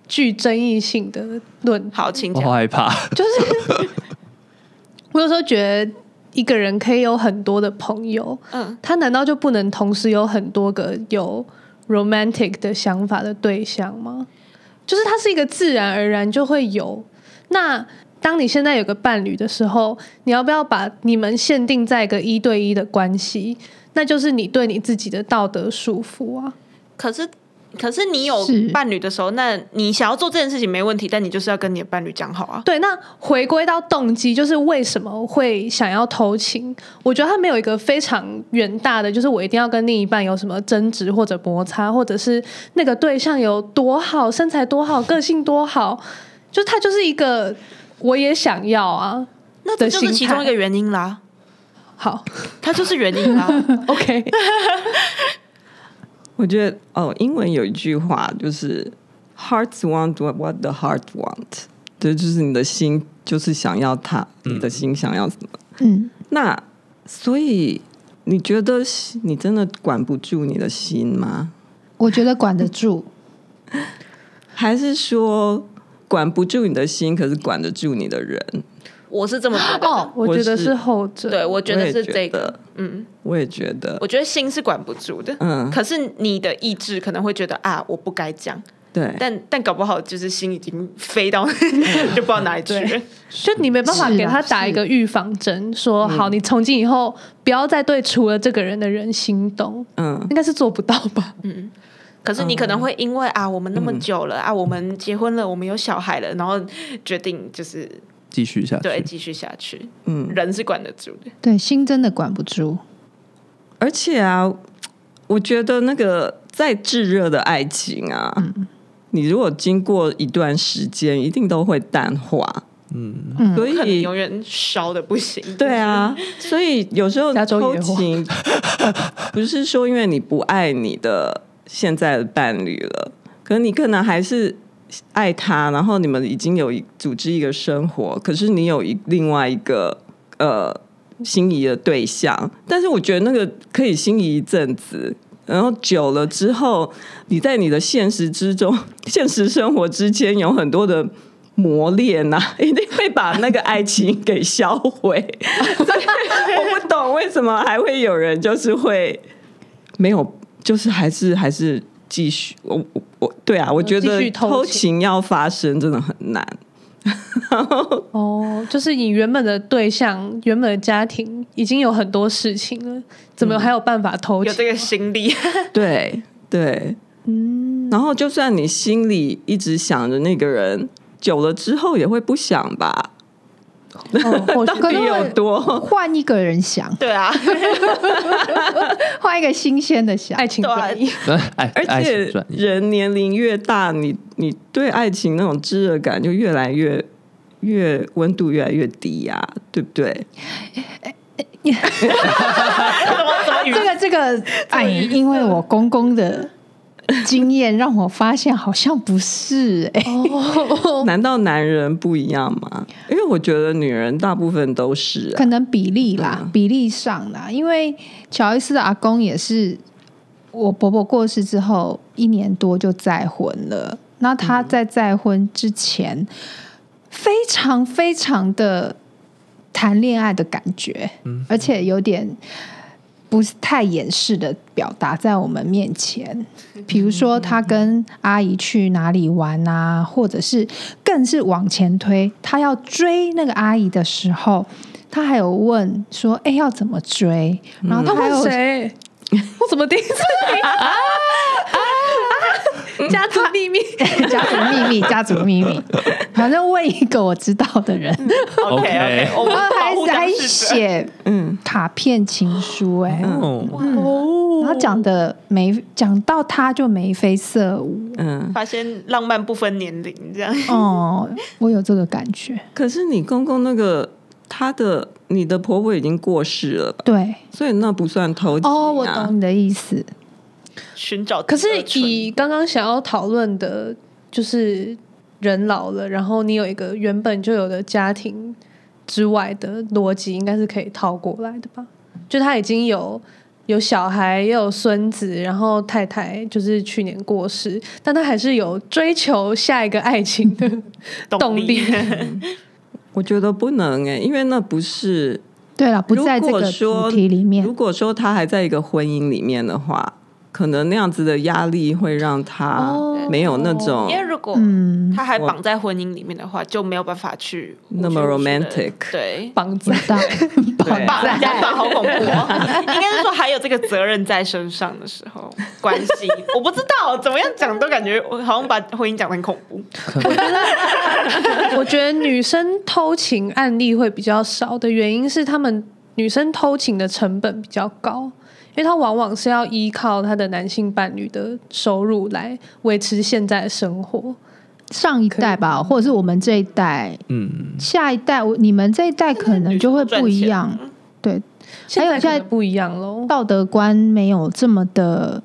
Speaker 5: 具争议性的论
Speaker 4: 好，请
Speaker 3: 我
Speaker 4: 讲
Speaker 3: 好。害怕。
Speaker 5: 就是 <laughs> 我有时候觉得一个人可以有很多的朋友，
Speaker 4: 嗯，
Speaker 5: 他难道就不能同时有很多个有 romantic 的想法的对象吗？就是它是一个自然而然就会有。那当你现在有个伴侣的时候，你要不要把你们限定在一个一对一的关系？那就是你对你自己的道德束缚啊。
Speaker 4: 可是可是你有
Speaker 1: 是
Speaker 4: 伴侣的时候，那你想要做这件事情没问题，但你就是要跟你的伴侣讲好啊。
Speaker 5: 对，那回归到动机，就是为什么会想要偷情？我觉得他没有一个非常远大的，就是我一定要跟另一半有什么争执或者摩擦，或者是那个对象有多好，身材多好，个性多好，就他就是一个我也想要啊。
Speaker 4: 那这就是
Speaker 5: 的
Speaker 4: 其
Speaker 5: 心态
Speaker 4: 中一个原因啦，
Speaker 5: 好
Speaker 4: 它就是原因啦。
Speaker 5: ，OK，
Speaker 2: 我觉得哦，英文有一句话就是 “hearts want what what the heart want”，这就是你的心就是想要它，你的心想要什么。
Speaker 1: 嗯，
Speaker 2: 那所以你觉得你真的管不住你的心吗？
Speaker 1: 我觉得管得住，
Speaker 2: 还是说管不住你的心，可是管得住你的人？
Speaker 4: 我是这么觉得。
Speaker 1: 哦
Speaker 5: 我觉得
Speaker 2: 我
Speaker 5: 是
Speaker 2: 是
Speaker 5: 后者。
Speaker 4: 对，我觉得
Speaker 2: 我
Speaker 4: 是
Speaker 2: 也觉
Speaker 4: 这个
Speaker 2: 得。
Speaker 4: 嗯，
Speaker 2: 我也觉得
Speaker 4: 我，觉得心是管不住的。
Speaker 2: 嗯
Speaker 4: 可是你的意志可能会觉得啊，我不该讲，
Speaker 2: 对，嗯
Speaker 4: 但但搞不好就是心已经飞到 <laughs> 就不知道哪里去了。
Speaker 5: 就你没办法
Speaker 1: 是啊
Speaker 5: 给他打
Speaker 1: 是
Speaker 5: 一个预防针，说好，你从今以后不要再对除了这个人的人心动，
Speaker 2: 嗯
Speaker 5: 应该是做不到吧？
Speaker 4: 可是你可能会因为啊，我们那么久
Speaker 2: 嗯
Speaker 4: 了、啊，我们结婚了，我们有小孩了，然后决定就是
Speaker 3: 继续下去，
Speaker 4: 对继续下去，
Speaker 2: 嗯，
Speaker 4: 人是管得住的。
Speaker 1: 对，心真的管不住，
Speaker 2: 而且啊，我觉得那个再炙热的爱情啊，你如果经过一段时间，一定都会淡化。
Speaker 3: 嗯，
Speaker 1: 嗯
Speaker 2: 所
Speaker 4: 可能
Speaker 2: 以，
Speaker 4: 永远烧的不行。
Speaker 2: 对啊，所以有时候
Speaker 5: 加州
Speaker 2: 偷
Speaker 5: 野火
Speaker 2: 情不是说因为你不爱你的现在的伴侣了，可你可能还是爱他，然后你们已经有一组织一个生活，可是你有一另外一个呃心仪的对象，但是我觉得那个可以心仪一阵子。然后久了之后，你在你的现实之中、 <laughs> 现实生活之间有很多的磨练呐、 <laughs> 一定会把那个爱情给销毁。 <laughs> 所以我不懂为什么还会有人就是会没有，就是还是还是继续。我我我对啊，我觉
Speaker 5: 嗯继
Speaker 2: 得
Speaker 5: 续偷情
Speaker 2: 偷情要发生真的很
Speaker 5: <laughs>
Speaker 2: 难。
Speaker 5: 哦，就是你原本的对象、原本的家庭已经有很多事情了，怎么还有办法偷
Speaker 4: 有
Speaker 5: 情？
Speaker 4: 这个心力， <laughs>
Speaker 2: 对对，嗯。然后就算你心里一直想着那个人，久了之后也会不想吧？
Speaker 5: 哦，或许
Speaker 1: 可能
Speaker 2: 底有
Speaker 1: 会
Speaker 2: 多？
Speaker 1: 换一个人想，
Speaker 4: 对
Speaker 2: <laughs>
Speaker 4: 啊， <laughs>
Speaker 1: 换一个新鲜的想，
Speaker 5: 爱情转移，
Speaker 3: <laughs> 哎，
Speaker 2: 而
Speaker 3: 爱情
Speaker 2: 且
Speaker 3: 转
Speaker 5: <laughs>
Speaker 3: 移，
Speaker 2: 人年龄越大，你你对爱情那种炙热感就越来越越温度越来越低呀、对不对？
Speaker 4: 怎么怎么语
Speaker 2: 啊
Speaker 1: 这个这个，哎，因为我公公的经验让我发现好像不是哎、
Speaker 2: 难道男人不一样吗？因为我觉得女人大部分都是、啊，嗯
Speaker 1: 可能比例啦，比例上啦，因为乔伊斯的阿公也是我伯伯过世之后一年多就再婚了。那他
Speaker 2: 嗯
Speaker 1: 在再婚之前，非常非常的谈恋爱的感觉，而且有点不是太掩饰的表达在我们面前。比如说，他跟阿姨去哪里玩啊，或者是更是往前推，他要追那个阿姨的时候，他还有问说：“哎，要怎么追？”然后
Speaker 5: 他
Speaker 1: 他嗯还有、
Speaker 5: 问谁？我怎么第一次听？家族秘密，
Speaker 1: 家族秘密，家族秘密，反正问一个我知道的人，
Speaker 4: OK
Speaker 2: 啊
Speaker 3: OK
Speaker 4: OK，我们
Speaker 1: 然后
Speaker 4: 保护
Speaker 1: 还
Speaker 4: 当
Speaker 1: 还
Speaker 4: 事者。
Speaker 1: 写
Speaker 2: 嗯，
Speaker 1: 卡片情书、哎、
Speaker 3: 哦，
Speaker 1: 然后讲的眉，讲到他就眉飞色舞，
Speaker 2: 嗯，
Speaker 4: 发现浪漫不分年龄，这样
Speaker 1: 哦，我有这个感觉，
Speaker 2: 可是你公公那个他的你的婆婆已经过世了吧，
Speaker 1: 对，
Speaker 2: 所以那不算偷情、啊、
Speaker 1: 哦，我懂你的意思，
Speaker 4: 寻找
Speaker 5: 可是
Speaker 4: 第二春
Speaker 5: 以刚刚想要讨论的，就是人老了，然后你有一个原本就有的家庭之外的逻辑，应该是可以套过来的吧？就他已经有有小孩，也有孙子，然后太太就是去年过世，但他还是有追求下一个爱情的动
Speaker 4: 动
Speaker 5: 力。
Speaker 2: 我觉得不能哎、因为那不是。
Speaker 1: 对了，不在这
Speaker 2: 如果
Speaker 1: 个
Speaker 2: 说
Speaker 1: 主题里面
Speaker 2: 如，果说他还在一个婚姻里面的话，可能那样子的压力会让他
Speaker 5: 哦
Speaker 2: 没有那种
Speaker 4: <laughs> 因为如果
Speaker 1: 嗯，
Speaker 4: 他还绑在婚姻里面的话，就没有办法去
Speaker 2: 那么
Speaker 4: 无时无刻地
Speaker 2: romantic
Speaker 4: 对。
Speaker 5: 绑子
Speaker 1: 有道理，
Speaker 2: 对
Speaker 4: 绑人 <laughs> 家绑好恐怖、哦，应该是说还有这个责任在身上的时候，关系我不知道怎么样讲都感觉我好像把婚姻讲得很恐怖。
Speaker 5: <laughs> 我觉得女生偷情案例会比较少的原因是，她们女生偷情的成本比较高，因为她往往是要依靠她的男性伴侣的收入来维持现在的生活。
Speaker 1: 上一代吧，或者是我们这一代，
Speaker 3: 嗯，
Speaker 1: 下一代，我你们这一代可能就会不一样，对，
Speaker 5: 现在
Speaker 1: 现在
Speaker 5: 可能不一样喽，
Speaker 1: 道德观没有这么的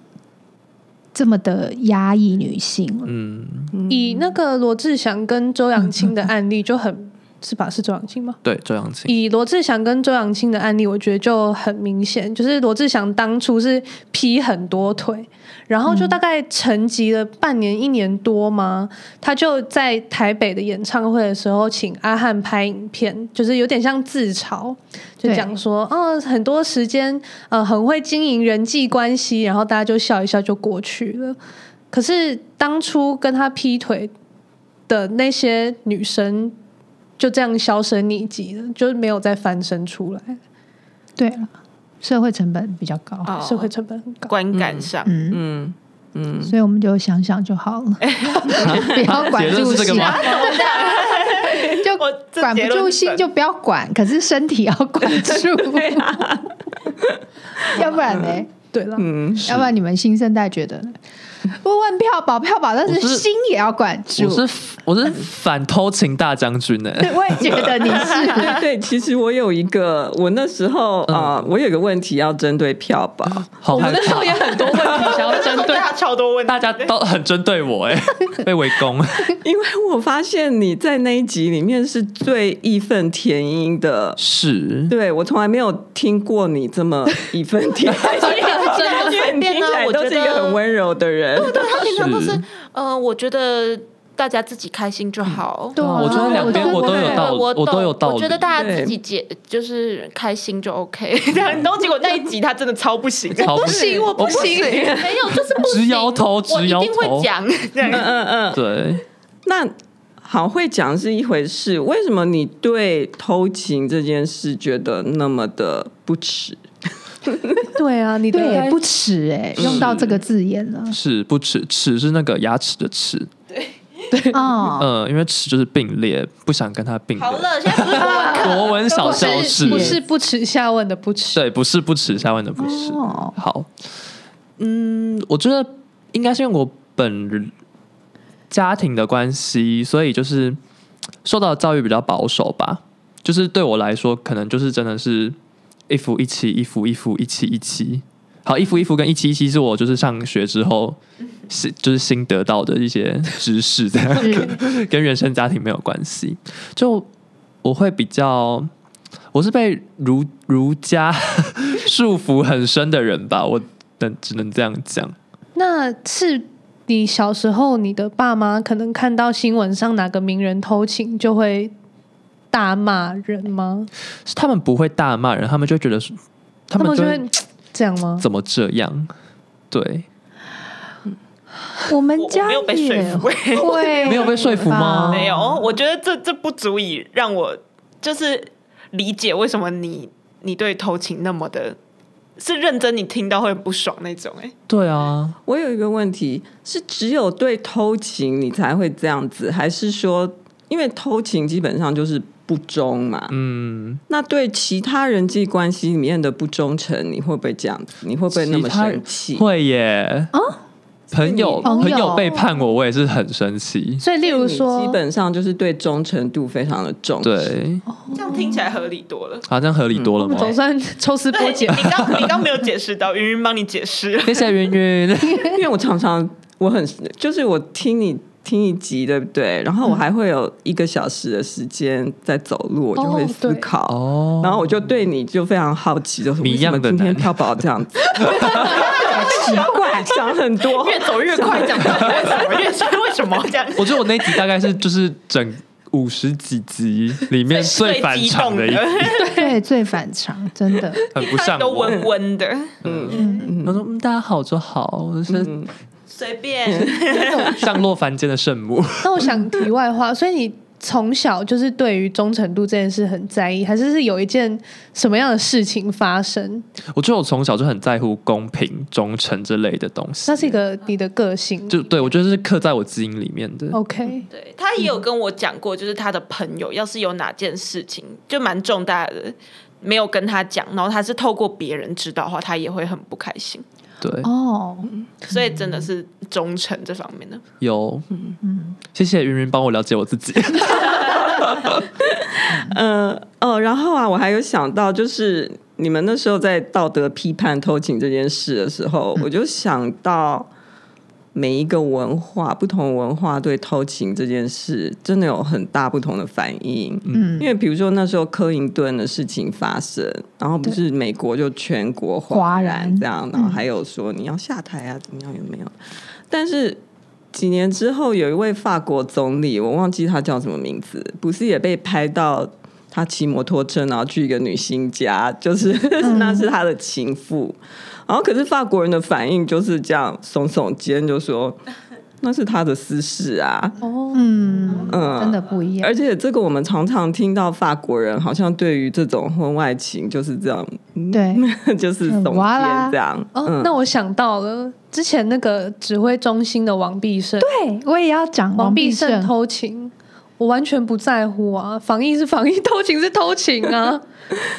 Speaker 1: 这么的压抑女性了。
Speaker 3: 嗯，
Speaker 5: 以那个罗志祥跟周扬青的案例就很是吧？是周扬青吗？
Speaker 3: 对，周扬青，
Speaker 5: 以罗志祥跟周扬青的案例，我觉得就很明显，就是罗志祥当初是劈很多腿，然后就大概沉寂了半年、一年多嘛，他就在台北的演唱会的时候，请阿汉拍影片，就是有点像自嘲，就
Speaker 1: 对
Speaker 5: 讲说，哦，很多时间呃很会经营人际关系，然后大家就笑一笑就过去了。可是当初跟他劈腿的那些女生，就这样销声匿迹了，就是没有再翻身出来，
Speaker 1: 对了，社会成本比较高，
Speaker 4: 哦
Speaker 5: 社会成本很高。
Speaker 4: 观感上，
Speaker 1: 嗯，
Speaker 2: 嗯嗯，
Speaker 1: 所以我们就想想就好
Speaker 4: <laughs>
Speaker 1: 了，不要管
Speaker 3: 结论
Speaker 1: 住
Speaker 3: 是这个
Speaker 1: 心，
Speaker 3: 吗？
Speaker 4: <laughs>
Speaker 1: 就
Speaker 4: 我这
Speaker 1: 管不
Speaker 4: 结论
Speaker 1: 住
Speaker 4: 是
Speaker 1: 心
Speaker 4: 真
Speaker 1: 就不要管，可是身体要管
Speaker 4: <laughs>
Speaker 1: 住，要不然呢？
Speaker 5: 对了，
Speaker 3: 嗯
Speaker 1: 要不然你们新生代觉得呢？问问票宝，票宝，但
Speaker 3: 我
Speaker 1: 是
Speaker 3: 是
Speaker 1: 心也要管住。
Speaker 3: 我是我是反偷情大将军欸呢、
Speaker 1: 对，我也觉得你是，
Speaker 2: <laughs> 对，其实我有一个，我那时候
Speaker 4: 嗯
Speaker 2: 啊、呃我有一个问题要针对票宝，
Speaker 3: 好
Speaker 5: <laughs> 我
Speaker 3: 害
Speaker 5: 们那时候
Speaker 3: 怕，
Speaker 5: 也很多问题想要
Speaker 4: 真
Speaker 5: 针对
Speaker 4: 大，家超多问题，
Speaker 3: 嗯大家都很针对我
Speaker 5: <laughs>
Speaker 3: 哎、被围攻，
Speaker 2: <laughs> 因为我发现你在那一集里面是最义愤填膺的。
Speaker 3: 是
Speaker 2: 对，我从来没有听过你这么义愤填
Speaker 4: <laughs>
Speaker 2: 膺，
Speaker 5: 真的真
Speaker 2: <laughs>
Speaker 4: 随
Speaker 5: 的
Speaker 2: 你听
Speaker 4: 便
Speaker 2: 起
Speaker 4: 呢
Speaker 2: 来，
Speaker 4: 我
Speaker 2: 都
Speaker 4: 觉
Speaker 2: 是一个很
Speaker 4: 得
Speaker 2: 温柔的人。
Speaker 4: 他平常都是
Speaker 3: 是，
Speaker 4: 呃，我觉得大家自己开心就好。
Speaker 1: 对啊
Speaker 3: 我觉得两边我都有道理，
Speaker 4: 我懂
Speaker 3: 都有道理。
Speaker 4: 我觉得大家
Speaker 2: 对
Speaker 4: 自己解就是开心就 OK。这 <laughs> 样，然后结果那一集他真的超不行，
Speaker 3: 超
Speaker 5: 不行，我不行，
Speaker 4: 没有，就是不行
Speaker 3: 直摇头直摇头
Speaker 4: 我一定会讲。 <laughs> 这样
Speaker 2: 嗯嗯，
Speaker 3: 对，
Speaker 2: 那好会讲是一回事，为什么你对偷情这件事觉得那么的不耻？
Speaker 5: 对啊，你的
Speaker 1: 对，不耻哎，用到这个字眼了
Speaker 3: 是不齿，齿是那个牙齿的齿，
Speaker 1: 哦。
Speaker 3: 呃，因为齿就是并列，不想跟他并列。
Speaker 4: 好了，现在不是国文课，
Speaker 3: 国文小教室
Speaker 5: 不是不耻下问的不耻，
Speaker 3: 对，不是不耻下问的不是。
Speaker 1: 哦
Speaker 3: 好，嗯，我觉得应该是因为我本人家庭的关系，所以就是受到的教育比较保守吧。就是对我来说，可能就是真的是一夫一妻，一夫一夫，一妻一妻。好，一夫一夫跟一七一七是我就是上学之后是就是新得到的一些知识，这样跟跟原生家庭没有关系。就我会比较，我是被儒儒家束缚很深的人吧，我能只能这样讲。
Speaker 5: 那是你小时候，你的爸妈可能看到新闻上哪个名人偷情，就会大骂人吗？
Speaker 3: 是他们不会大骂人，他们就会觉得是他
Speaker 5: 他
Speaker 3: 们
Speaker 5: 们
Speaker 3: 就
Speaker 5: 就
Speaker 3: 会
Speaker 5: 会嗯这样吗？
Speaker 3: 怎么这样？对，
Speaker 1: 我们
Speaker 4: 我我
Speaker 1: 家
Speaker 4: 没有被说
Speaker 1: 也
Speaker 4: 服、欸，
Speaker 1: 会
Speaker 3: <laughs>
Speaker 5: 哎
Speaker 3: 没有被说服吗
Speaker 1: 吧
Speaker 4: 没有，我觉得这这不足以让我就是理解为什么你你对偷情那么的，是认真你听到会很不爽那种、欸，哎，
Speaker 3: 对啊，
Speaker 2: 我有一个问题，是只有对偷情你才会这样子，还是说，因为偷情基本上就是不忠嘛？
Speaker 3: 嗯，
Speaker 2: 那对其他人际关系里面的不忠诚，你会不会这样子？你会不会那么
Speaker 3: 其他
Speaker 2: 生气？
Speaker 3: 会耶啊，朋友
Speaker 1: 朋友
Speaker 3: 朋友背叛我，我也是很生气。
Speaker 5: 所以，例如
Speaker 2: 你
Speaker 5: 说
Speaker 2: 基，本上就是对忠诚度非常的重视。
Speaker 3: 对，
Speaker 4: 这样听起来合理多了。
Speaker 3: 好像合理多了
Speaker 5: 我
Speaker 3: 吗
Speaker 5: 们？总算抽丝剥
Speaker 4: 对，你
Speaker 5: 茧。
Speaker 4: 你刚你刚没有解释到，云云帮你解释了。
Speaker 3: 谢谢云云，
Speaker 5: <laughs>
Speaker 2: 因为我常常我很就是我听你听一集，对不对？然后我还会有一个小时的时间在走路，我就会
Speaker 5: 哦
Speaker 2: 思考。
Speaker 3: 哦
Speaker 2: 然后我就对你就非常好奇，就是
Speaker 3: 谜
Speaker 2: 为什
Speaker 3: 样
Speaker 2: 么
Speaker 3: 的
Speaker 2: 今天
Speaker 3: 男
Speaker 2: 跳宝这样子，奇 <laughs> 怪，想很多，
Speaker 4: <laughs> 越走越快，讲到底为什么？越 <laughs> 想为什么这样？
Speaker 3: 我觉得我那集大概是就是整五十几集里面最反
Speaker 4: 激
Speaker 3: 常
Speaker 4: 动
Speaker 3: 的一集，
Speaker 1: 对最反常，真的。
Speaker 3: 很不像
Speaker 4: 都
Speaker 3: 我。
Speaker 4: 温温的，
Speaker 3: 他说：“嗯，大家好就好，我是
Speaker 4: <laughs>
Speaker 1: 嗯
Speaker 4: 随便。 <laughs>
Speaker 3: <laughs> 降落凡间的圣母。 <laughs>
Speaker 5: 那我想题外话，所以你从小就是对于忠诚度这件事很在意，还是是有一件什么样的事情发生？
Speaker 3: 我觉得我从小就很在乎公平、忠诚这类的东西
Speaker 5: 那，是一个你的个性。
Speaker 3: 就对我觉得是刻在我基因里面的。
Speaker 1: 哦
Speaker 5: OK，
Speaker 4: 对他也有跟我讲过，就是他的朋友要是有哪件事情就蛮重大的，没有跟他讲，然后他是透过别人知道的话，他也会很不开心。
Speaker 3: 对，
Speaker 1: 哦，
Speaker 4: 所以真的是忠诚这方面的。
Speaker 3: 有，嗯，谢谢云云帮我了解我自己。
Speaker 2: 呃哦，然后啊，我还有想到，就是你们那时候在道德批判偷情这件事的时候，我就想到每一个文化、不同文化对偷情这件事，真的有很大不同的反应。
Speaker 1: 嗯
Speaker 2: 因为比如说那时候克林顿的事情发生，然后不是美国就全国哗
Speaker 1: 哗
Speaker 2: 然
Speaker 1: 然嗯
Speaker 2: 这样，然后还有说你要下台啊，怎么样有没有？但是几年之后，有一位法国总理，我忘记他叫什么名字，不是也被拍到他骑摩托车，然后去一个女性家，就是 <laughs>
Speaker 1: 嗯
Speaker 2: 那是他的情妇。然后可是法国人的反应就是这样，耸耸肩就说那是他的私事啊。
Speaker 5: 哦，
Speaker 1: 嗯，
Speaker 2: 嗯
Speaker 1: 真的不一样
Speaker 2: 而。且这个我们常常听到法国人好像对于这种婚外情就是这样， <laughs>
Speaker 1: 对，
Speaker 2: 就是耸
Speaker 1: 哇啦
Speaker 2: 肩这样。
Speaker 5: 哦，那我想到了之前那个指挥中心的王必胜，
Speaker 1: 对我也要讲
Speaker 5: 王必
Speaker 1: 必
Speaker 5: 胜
Speaker 1: 胜。
Speaker 5: 偷情，我完全不在乎啊，防疫是防疫， <laughs> 偷情是偷情 <laughs> 啊，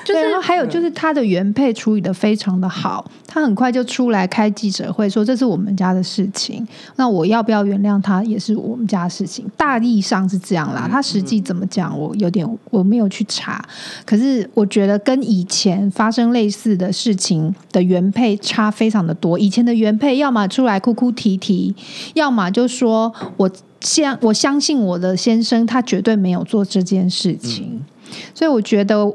Speaker 1: 就然后还有就是嗯他的原配处理的非常的好，他很快就出来开记者会说这是我们家的事情，那我要不要原谅他也是我们家的事情，大意上是这样啦。他实际怎么讲，我有点我没有去查，可是我觉得跟以前发生类似的事情的原配差非常的多。以前的原配要么出来哭哭啼啼，要么就说我相我相信我的先生，他绝对没有做这件事情。所以我觉得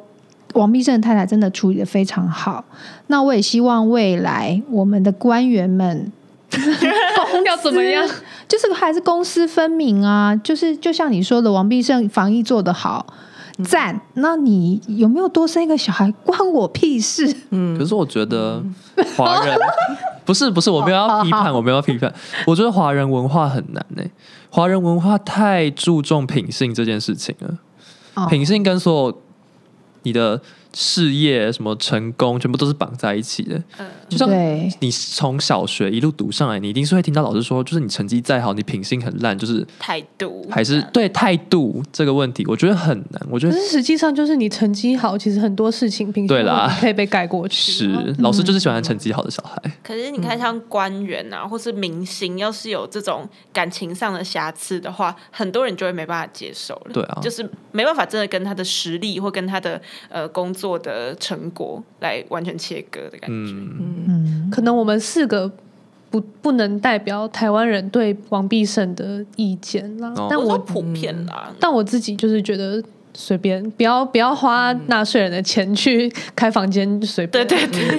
Speaker 1: 王必胜太太真的处理的非常好。那我也希望未来我们的官员们
Speaker 5: 要怎么样？
Speaker 1: 就是还是公私分明啊，就是就像你说的，王必胜防疫做得好。
Speaker 3: 嗯
Speaker 1: 赞！那你有没有多生一个小孩，关我屁事？
Speaker 3: <laughs> 可是我觉得华
Speaker 1: <laughs>
Speaker 3: 人不是不是，我没有要批
Speaker 1: 嗯好
Speaker 3: 判，
Speaker 1: 好
Speaker 3: 我没有要批判。我觉得华人文化很难呢、华人文化太注重品性这件事情了，
Speaker 1: 哦
Speaker 3: 品性跟所有你的事业什么成功，全部都是绑在一起的。
Speaker 1: 嗯
Speaker 3: 就像
Speaker 1: 对，
Speaker 3: 你从小学一路读上来，你一定是会听到老师说，就是你成绩再好，你品性很烂，就是
Speaker 4: 态度
Speaker 3: 嗯还是对态度这个问题，我觉得很难。我觉
Speaker 5: 可
Speaker 3: 得
Speaker 5: 是实际上就是你成绩好，其实很多事情平
Speaker 3: 对啦
Speaker 5: 可以被盖过去。
Speaker 3: 是老师就是喜欢成绩好的小孩。
Speaker 4: 可是你看，像官员啊，或是明星，要是有这种感情上的瑕疵的话，很多人就会没办法接受了。
Speaker 3: 对啊
Speaker 4: 就是没办法真的跟他的实力或跟他的呃工作的成果来完全切割的感觉。
Speaker 3: 嗯，
Speaker 1: 嗯，
Speaker 5: 可能我们四个不不能代表台湾人对王必胜的意见啦，
Speaker 3: 哦
Speaker 5: 但
Speaker 4: 我说嗯
Speaker 5: 我
Speaker 4: 普遍啦，
Speaker 5: 但我自己就是觉得随便，不要不要花纳税人的钱去开房间，就随
Speaker 4: 对嗯
Speaker 5: 便。
Speaker 4: 对对，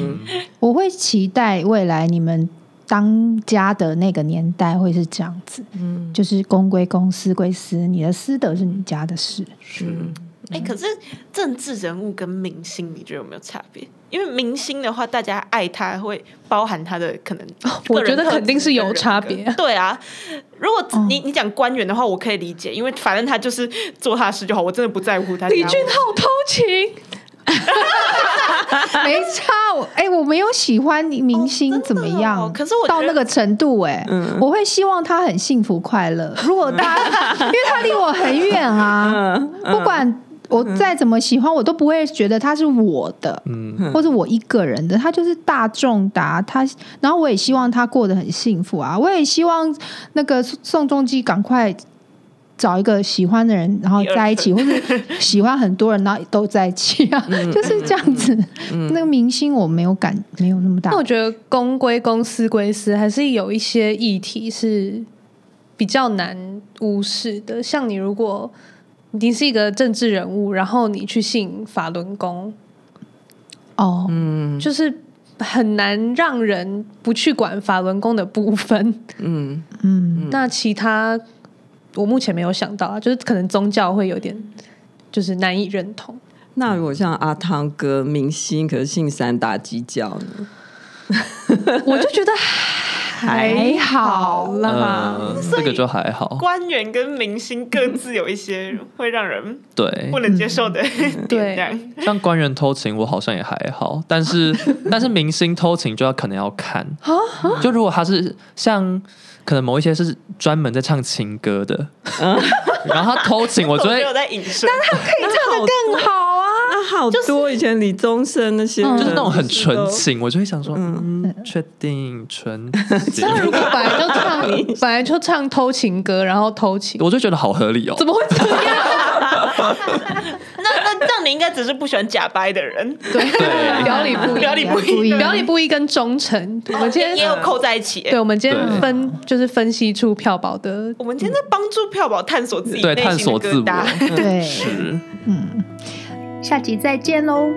Speaker 2: 嗯
Speaker 1: 我会期待未来你们当家的那个年代会是这样子，嗯，就是公归公，私归私，你的私德是你家的事。
Speaker 4: 哎、可是政治人物跟明星，你觉得有没有差别？因为明星的话，大家爱他会包含他的可能
Speaker 5: 哦我
Speaker 4: 个人
Speaker 5: 觉得
Speaker 4: 特质
Speaker 5: 肯定是有
Speaker 4: 跟人格
Speaker 5: 差别啊哦
Speaker 4: 对啊，如果只你你讲官员的话，我可以理解，因为反正他就是做他的事就好，我真的不在乎他。
Speaker 5: 李俊浩偷情，
Speaker 1: <laughs> 没差，我哎、我没有喜欢明星怎么样，
Speaker 4: 哦可是我觉
Speaker 1: 到
Speaker 4: 得嗯
Speaker 1: 那个程度哎、我会希望他很幸福快
Speaker 4: <laughs>
Speaker 1: 乐。如果他，因为他离我很远啊，
Speaker 4: 嗯
Speaker 1: 不管我再怎么喜欢，我都不会觉得他是我的，嗯，或是我一个人的，他就是大众的啊、他然后我也希望他过得很幸福啊，我也希望那个宋宋仲基赶快。找一个喜欢的人，然后在一起，或者喜欢很多人，然后都在一起啊， <laughs> 就是这样子。那个明星我没有感，没有那么大
Speaker 5: 那我觉得公归公，私归私，还是有一些议题是比较难无视的。像你如果你是一个政治人物，然后你去信法轮功，
Speaker 1: 哦，
Speaker 5: 就是很难让人不去管法轮功的部分。
Speaker 2: 嗯
Speaker 1: 嗯
Speaker 5: 那其他我目前没有想到啊，就是可能宗教会有点就是难以认同。
Speaker 2: 那如果像阿汤哥明星，可是信三大基教呢？
Speaker 5: 我就觉得还好啦，嗯
Speaker 3: 呃，这个就还好，
Speaker 4: 官员跟明星各自有一些会让人
Speaker 3: 对
Speaker 4: 不，能接受的点，
Speaker 5: 嗯对
Speaker 4: 这样
Speaker 3: 像官员偷情，我好像也还好，但是但是明星偷情就要可能要看，就如果他是像可能某一些是专门在唱情歌的， <laughs> 然后他偷情，我
Speaker 4: 我
Speaker 3: 就
Speaker 4: 没
Speaker 3: 会
Speaker 4: 有在影射。 <laughs>
Speaker 1: 更好啊，
Speaker 2: 那好多以前李宗盛那些人，
Speaker 3: 嗯就是那种很纯
Speaker 2: 都
Speaker 3: 情，我就会想说，嗯，确定纯
Speaker 5: <laughs>
Speaker 3: 情，
Speaker 5: 那如果本来就唱，本来就唱偷情歌，然后偷情，
Speaker 3: 我就觉得好合理哦
Speaker 5: 怎。么会这样？
Speaker 4: 那那那你应该只是不喜欢假掰的人，
Speaker 3: 对
Speaker 5: 表里不一，
Speaker 4: 表里不一
Speaker 5: <laughs> 表里不一跟忠诚，我们今
Speaker 4: 也也
Speaker 5: 天
Speaker 4: 有扣在一起、欸
Speaker 5: 对，我们今
Speaker 3: 对
Speaker 5: 天分就是分析出票宝的
Speaker 4: 我们今天在帮助票宝探索自己
Speaker 3: 对
Speaker 4: 内
Speaker 3: 探
Speaker 4: 心
Speaker 3: 索
Speaker 1: 嗯
Speaker 4: 的
Speaker 3: 自
Speaker 4: 疙瘩。
Speaker 3: 我
Speaker 1: 对，
Speaker 3: 是。
Speaker 1: 下集再见喽，